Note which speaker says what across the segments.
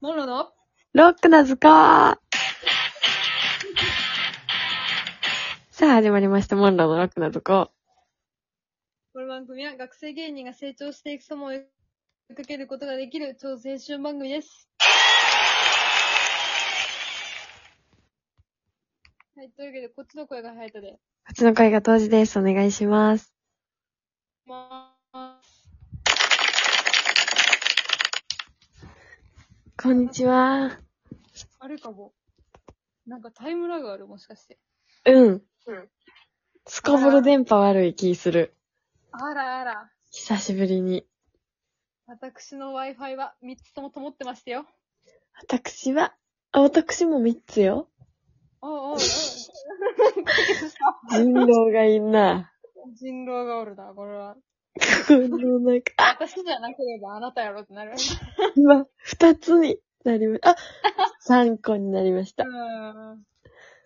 Speaker 1: モロの
Speaker 2: ロックな図鑑さあ、始まりました。モンローのロックな図鑑。
Speaker 1: この番組は学生芸人が成長していく様を追いかけることができる超青春番組です。はい、というわけで、こっちの声が早いとで。
Speaker 2: こっちの声が当時です。お願いします。
Speaker 1: まあ、
Speaker 2: こんにちは。
Speaker 1: あるかも。なんかタイムラグあるもしかして。
Speaker 2: うん。すこぶる電波悪い気する。
Speaker 1: あらあら。
Speaker 2: 久しぶりに。
Speaker 1: 私の Wi-Fi は3つとも灯ってましたよ。
Speaker 2: 私は、あ、私も3つよ。
Speaker 1: おうおうおう。
Speaker 2: 人狼がいいな。
Speaker 1: 人狼がおるな、これは。
Speaker 2: このなんか、あ、
Speaker 1: 私じゃなければあなたやろってなる。
Speaker 2: 今、2つになりま、あ、3個になりました。
Speaker 1: うん。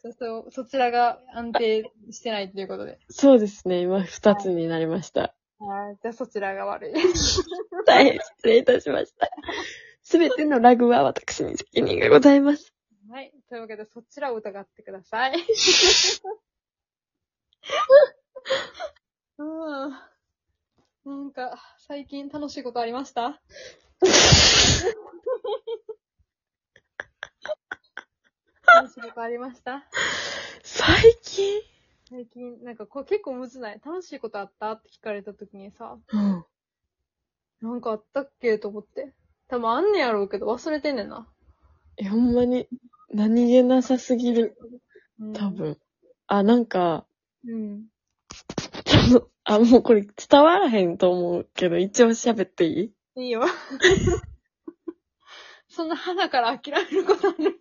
Speaker 1: そうそう、そちらが安定してないということで。
Speaker 2: そうですね。今、2つになりました。
Speaker 1: はい。じゃあそちらが悪い。
Speaker 2: 大変失礼いたしました。すべてのラグは私に責任がございます。
Speaker 1: はい。というわけで、そちらを疑ってください。うん。なんか、最近楽しいことありました楽しいことありました
Speaker 2: 最近
Speaker 1: 最近、なんかこれ結構むずない。楽しいことあったって聞かれた時にさ、
Speaker 2: うん。
Speaker 1: なんかあったっけと思って。多分あんねやろうけど、忘れてんねんな。
Speaker 2: え、ほんまに、何気なさすぎる。
Speaker 1: うん
Speaker 2: 多。分。あ、なんか、
Speaker 1: うん。
Speaker 2: そのあ、もうこれ伝わらへんと思うけど、一応喋っていい
Speaker 1: いいよ。 そんな花から諦めることはね。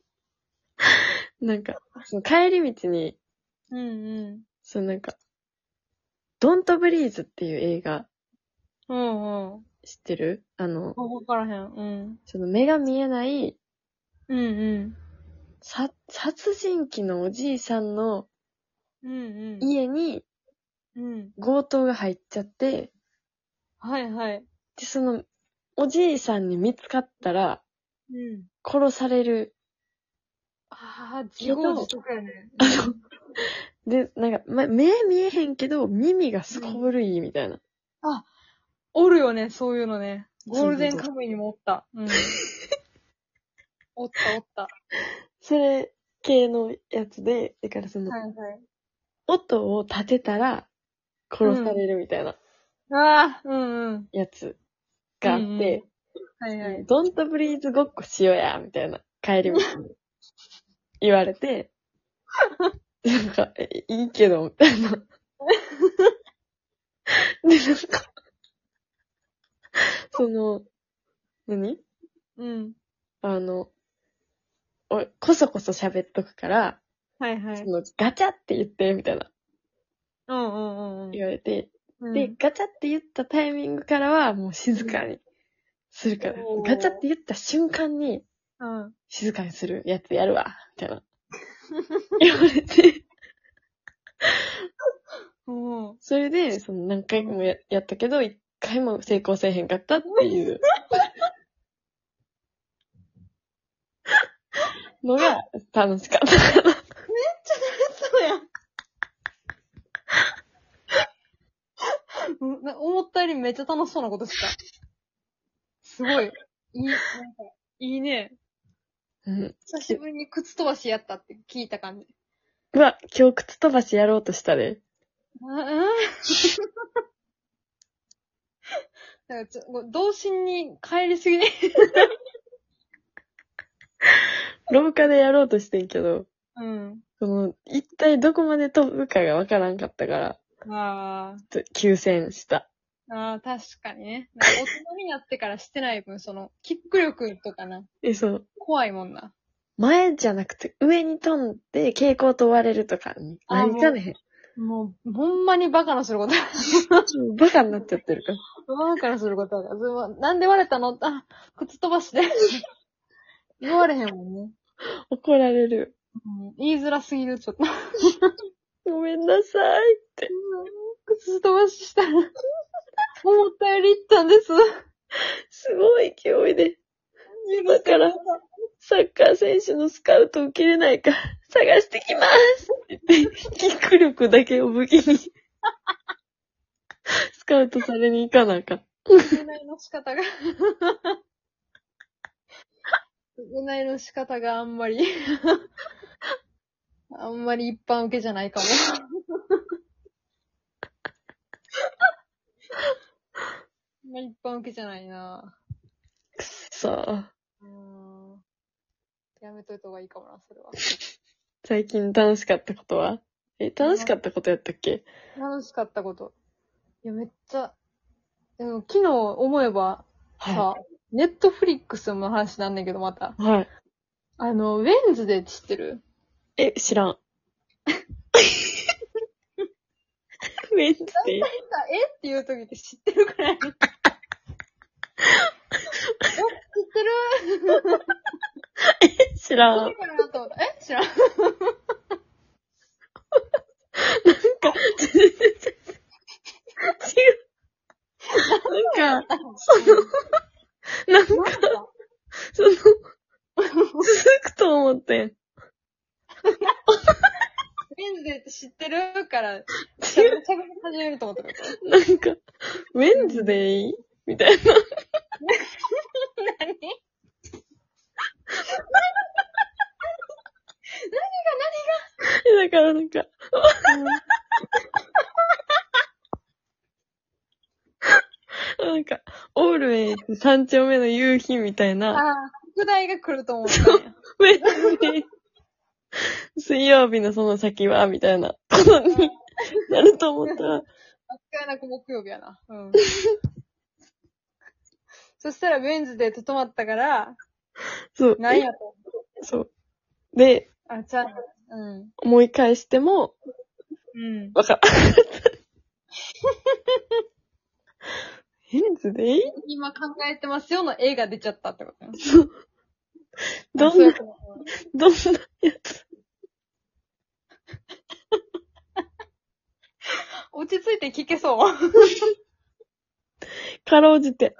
Speaker 2: なんか、その帰り道に、
Speaker 1: うんうん。
Speaker 2: そのなんか、ドントブリーズっていう映画
Speaker 1: うんうん。
Speaker 2: 知ってるあの、
Speaker 1: わからへん。うん。
Speaker 2: その目が見えない、
Speaker 1: うんうん。
Speaker 2: さ、殺人鬼のおじいさんの
Speaker 1: うんうん。
Speaker 2: 家に
Speaker 1: うん。
Speaker 2: 強盗が入っちゃって、
Speaker 1: はいはい。
Speaker 2: で、その、おじいさんに見つかったら、
Speaker 1: うん。
Speaker 2: 殺される。
Speaker 1: ああ、
Speaker 2: け
Speaker 1: 自
Speaker 2: ど
Speaker 1: 業自得やね。
Speaker 2: で、なんか、ま、目見えへんけど、耳がすこぶるいいみたいな。
Speaker 1: おるよね、そういうのね。ゴールデン
Speaker 2: そうそう
Speaker 1: カムイにもおった。うん。 おったおった。
Speaker 2: それ系のやつで、だからその、
Speaker 1: はいはい。
Speaker 2: 音を立てたら、殺されるみたいな
Speaker 1: ああ、うんうん。
Speaker 2: やつがあっ
Speaker 1: う
Speaker 2: て、
Speaker 1: んうんはいはい。
Speaker 2: ドントブリーズごっこしようや、みたいな、帰り道に言われて、なんか、えいいけど、みたいな。で、なんか、その、何
Speaker 1: うん。
Speaker 2: あの、おこそこそ喋っとくから、
Speaker 1: はいは
Speaker 2: そ
Speaker 1: い。
Speaker 2: のガチャって言って、みたいな
Speaker 1: うんうんうん
Speaker 2: 言われて、
Speaker 1: うん。
Speaker 2: で、ガチャって言ったタイミングからはもう静かにするから、
Speaker 1: おー
Speaker 2: ガチャって言った瞬間に、
Speaker 1: うん。うん。
Speaker 2: 静かにするやつやるわ、みたいな。言われて、
Speaker 1: おー
Speaker 2: それで、その何回もややったけど、一回も成功せえへんかったっていう。のが楽しかった。
Speaker 1: そうやん。うんな思ったよりめっちゃ楽しそうなことした。すごい。いい、なんか、いいね。
Speaker 2: うん。
Speaker 1: 久しぶりに靴飛ばしやったって聞いた感じ。
Speaker 2: うわ、今日靴飛ばしやろうとしたで。
Speaker 1: あうん。なんかちょ、もう童心に帰りすぎ。
Speaker 2: 廊下でやろうとしてんけど、
Speaker 1: うん。
Speaker 2: その、一体どこまで飛ぶかがわからんかったから、
Speaker 1: あ
Speaker 2: ちょ急戦した。
Speaker 1: あ。ああ、確かにね。なんか大人になってからしてない分、その、キック力とかな。
Speaker 2: え、そう。
Speaker 1: 怖いもんな。
Speaker 2: 前じゃなくて上に飛んで蛍光と割れるとかに、
Speaker 1: あ
Speaker 2: 何かねへん。
Speaker 1: もう、ほんまにバカのすること。
Speaker 2: バカになっちゃってるから。
Speaker 1: ワンからすることは、それはなんで割れたのあ、靴飛ばして。 言われへんもんね。
Speaker 2: 怒られる。
Speaker 1: うん、言いづらすぎる、ちょっ と。
Speaker 2: ごめんなさい。
Speaker 1: 靴飛ばし したら、思ったより行ったんです。
Speaker 2: すごい勢いで。今からサッカー選手のスカウト受けれないか探してきますって言って、 キック力だけを武器に、スカウトされに行かなあかん。
Speaker 1: 償いの仕方が。償いの仕方があんまり、あんまり一般受けじゃないかも。あんまり一般受けじゃないな
Speaker 2: くっそう。
Speaker 1: うーん。やめといた方がいいかもな、それは。
Speaker 2: 最近楽しかったことはえ、楽しかったことやったっけ
Speaker 1: 楽しかったこと。いや、めっちゃ、でも昨日思えばさ、ネットフリックスの話なんだけど、また。
Speaker 2: い。はい。
Speaker 1: あの、ウェンズデーって知ってる
Speaker 2: え、知 らん。ウェンズデー。
Speaker 1: さえって言う時って知ってるからい。お知ってる
Speaker 2: 知らん。
Speaker 1: 知って
Speaker 2: なん
Speaker 1: るかなと思った。え知らん。
Speaker 2: か、全然違う。なんか、なんか、
Speaker 1: なんか
Speaker 2: その、続くと思ってん。
Speaker 1: ウェンズデーって知ってるから、
Speaker 2: 違
Speaker 1: 喋
Speaker 2: う。
Speaker 1: り始めると思ったから。
Speaker 2: なんか、ウェンズデーみたいな。
Speaker 1: 何
Speaker 2: えだからなんか、なんか、オールウェイズ三丁目の夕日みたい
Speaker 1: あ
Speaker 2: な、
Speaker 1: あ、副題が来ると思ったんや。
Speaker 2: ウェンズデー。水曜日のその先は、みたいなことになると思ったら、
Speaker 1: 使えなく木曜日やな。うん。そしたら、ウェンズデーと止まったから、
Speaker 2: そう。
Speaker 1: なんやと。
Speaker 2: そう。で、
Speaker 1: あ、ちゃう。うん。
Speaker 2: 思い返しても、
Speaker 1: うん。
Speaker 2: わ からん。ウェンズデー
Speaker 1: 今考えてますよの絵が出ちゃったってことね。
Speaker 2: ど
Speaker 1: あそ
Speaker 2: ん
Speaker 1: うい
Speaker 2: な
Speaker 1: う、こと
Speaker 2: どんなやつ
Speaker 1: 落ち着いて聞けそう。
Speaker 2: かろうじて。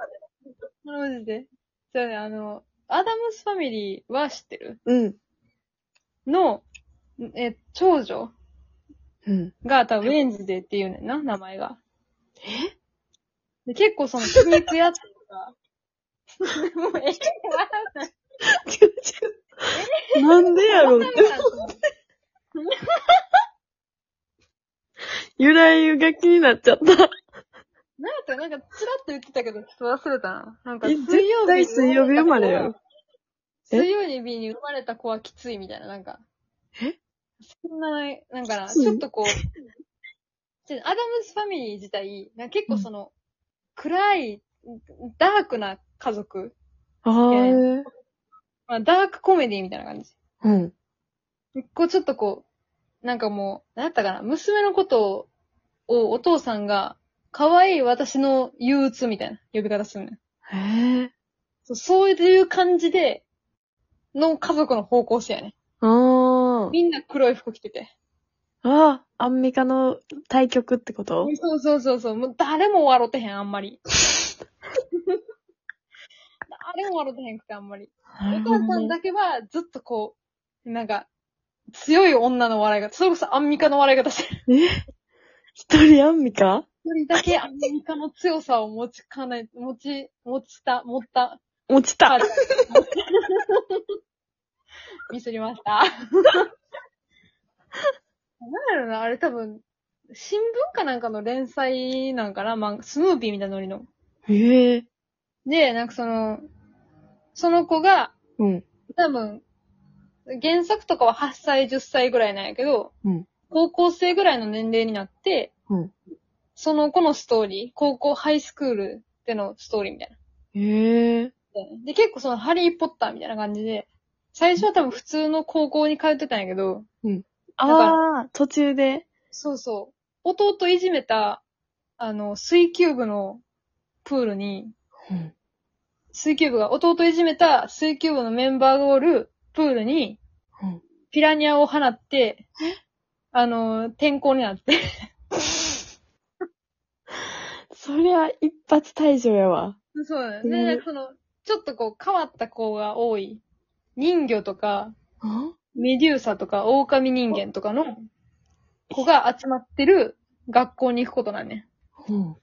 Speaker 1: マジで。そうね、あの、アダムスファミリーは知ってる
Speaker 2: うん。
Speaker 1: の、え、長女
Speaker 2: うん。
Speaker 1: が多分ウェンズデーっていうねんな、名前が。えで結構その、教育やつとか。もう、ええ笑うな。
Speaker 2: 違う違う。なんでやろうって。由来が気になっちゃった。
Speaker 1: なんやったなんか、ちらっと言ってたけど、ちょっと忘れたな。なんか、
Speaker 2: え
Speaker 1: 水曜日
Speaker 2: 絶
Speaker 1: に
Speaker 2: 対水曜日生まれやろ。え
Speaker 1: 水曜日に生まれた子はきついみたいな、なんか。
Speaker 2: え
Speaker 1: そんな、なんかな、
Speaker 2: きつい
Speaker 1: ちょっとこう、ちょアダムスファミリー自体、なんか結構その、暗い、ダークな家族。
Speaker 2: あー。
Speaker 1: まあ、ダークコメディみたいな感じ。
Speaker 2: うん。
Speaker 1: こう、ちょっとこう、なんかもう、なんやったかな、娘のことを、お父さんが、可愛い私の憂鬱みたいな呼び方するねん。
Speaker 2: へえ。
Speaker 1: そうそういう感じで、の家族の方向性やね。
Speaker 2: あー。
Speaker 1: みんな黒い服着てて。
Speaker 2: あー、アンミカの対局ってこと
Speaker 1: そうそうそうそう。もう誰も笑ってへん、あんまり。誰も笑ってへんくて、あんまり。お
Speaker 2: なるほ
Speaker 1: 母さ
Speaker 2: ど
Speaker 1: ん
Speaker 2: ね
Speaker 1: だけは、ずっとこう、なんか、強い女の笑い方。それこそアンミカの笑い方してる。
Speaker 2: 一人アンミカ
Speaker 1: 一人だけアンミカの強さを持ちかない、持ち、持ちた、持った、
Speaker 2: 落ち
Speaker 1: は
Speaker 2: た
Speaker 1: い。ミスりま した。なんやろな、あれ多分、新聞かなんかの連載なんかな、まあ、スヌーピーみたいなノリの。
Speaker 2: へえ。
Speaker 1: で、なんかその、その子が、
Speaker 2: うん。
Speaker 1: 多分、原作とかは8歳、10歳ぐらいなんやけど、
Speaker 2: うん
Speaker 1: 高校生ぐらいの年齢になって、
Speaker 2: うん
Speaker 1: その子のストーリー、高校ハイスクールでのストーリーみたいな。
Speaker 2: へえ。
Speaker 1: で、結構そのハリーポッターみたいな感じで、最初は多分普通の高校に通ってたんやけど、
Speaker 2: あー、途中で。
Speaker 1: そうそう。弟いじめた、あの、水球部のプールに、
Speaker 2: うん。
Speaker 1: 水球部が、弟いじめた水球部のメンバーがおるプールに
Speaker 2: うん、
Speaker 1: ピラニアを放って、あの、転校になって。
Speaker 2: そりゃ、一発退場やわ。
Speaker 1: そうだよ
Speaker 2: ね
Speaker 1: ね。その、ちちょっとこう変わった子が多い。人魚とか、
Speaker 2: ん
Speaker 1: メデューサとか、狼人間とかの子が集まってる学校に行くことなんね。
Speaker 2: うん。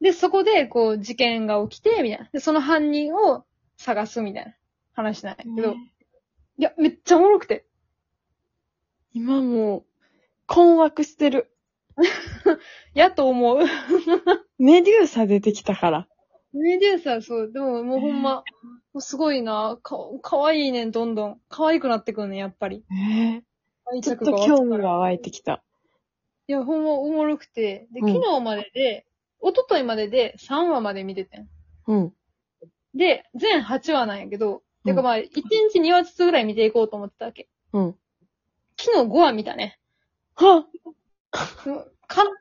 Speaker 1: で、そこで、こう、事件が起きて、みたいな。で、その犯人を探す、みたいな話なんやけど、いや、めっちゃおもろくて。
Speaker 2: 今もう、困惑してる。
Speaker 1: やと思う。
Speaker 2: メデューサ出てきたから。
Speaker 1: メデューサ、そう、でももうほんま、もうすごいなか、かわいいねん、どんどん。可愛くなってくるねん、やっぱり。
Speaker 2: え
Speaker 1: 愛
Speaker 2: ちょっ
Speaker 1: 着
Speaker 2: と
Speaker 1: 湧くから
Speaker 2: 興味が湧いてきた。
Speaker 1: いや、ほんまおもろくて。で、
Speaker 2: うん
Speaker 1: 昨日までで、一昨日までで3話まで見ててん。
Speaker 2: うん。
Speaker 1: で、全8話なんやけど、て
Speaker 2: う
Speaker 1: か
Speaker 2: ん
Speaker 1: まあ、1日2話ずつぐらい見ていこうと思ってたわけ。
Speaker 2: うん。
Speaker 1: 昨日5話見たね。
Speaker 2: は
Speaker 1: うんかん、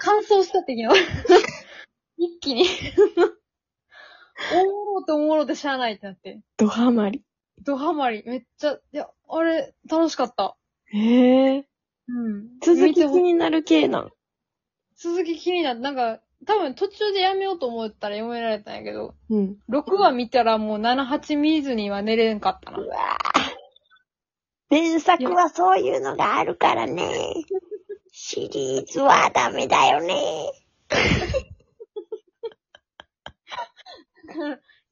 Speaker 1: 乾燥したって言うの。 一気 に。おもろうとおもろうとしゃあないってなって。
Speaker 2: ドハマり。
Speaker 1: ドハマり。めっちゃ、いや、あれ、楽しかった。
Speaker 2: ええ
Speaker 1: うん。
Speaker 2: 続
Speaker 1: 見て
Speaker 2: き
Speaker 1: も
Speaker 2: 気になる系なん。
Speaker 1: 続き気になって、なんか、多分途中でやめようと思ったらやめられたんやけど、
Speaker 2: うん。
Speaker 1: 6話見たらもう7、8見ずには寝れんかったな。
Speaker 2: 原作はそういうのがあるからね。シリーズはダメだよね。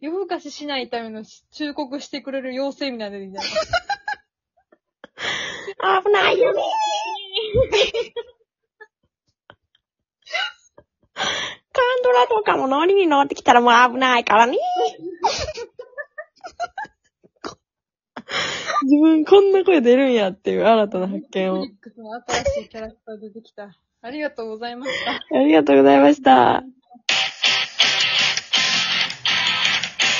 Speaker 1: 夜更かししないためのし忠告してくれる妖精みたいなの出てきた。
Speaker 2: 危ないよね。カンドラとかも乗りに乗ってきたらもう危ないから ね。自分こんな声出るんやっていう新たな 発
Speaker 1: ネ
Speaker 2: 見
Speaker 1: ットフ
Speaker 2: を
Speaker 1: リ。ックスの新しいキャラクター出てきた。ありがとうございました。
Speaker 2: ありがとうございました。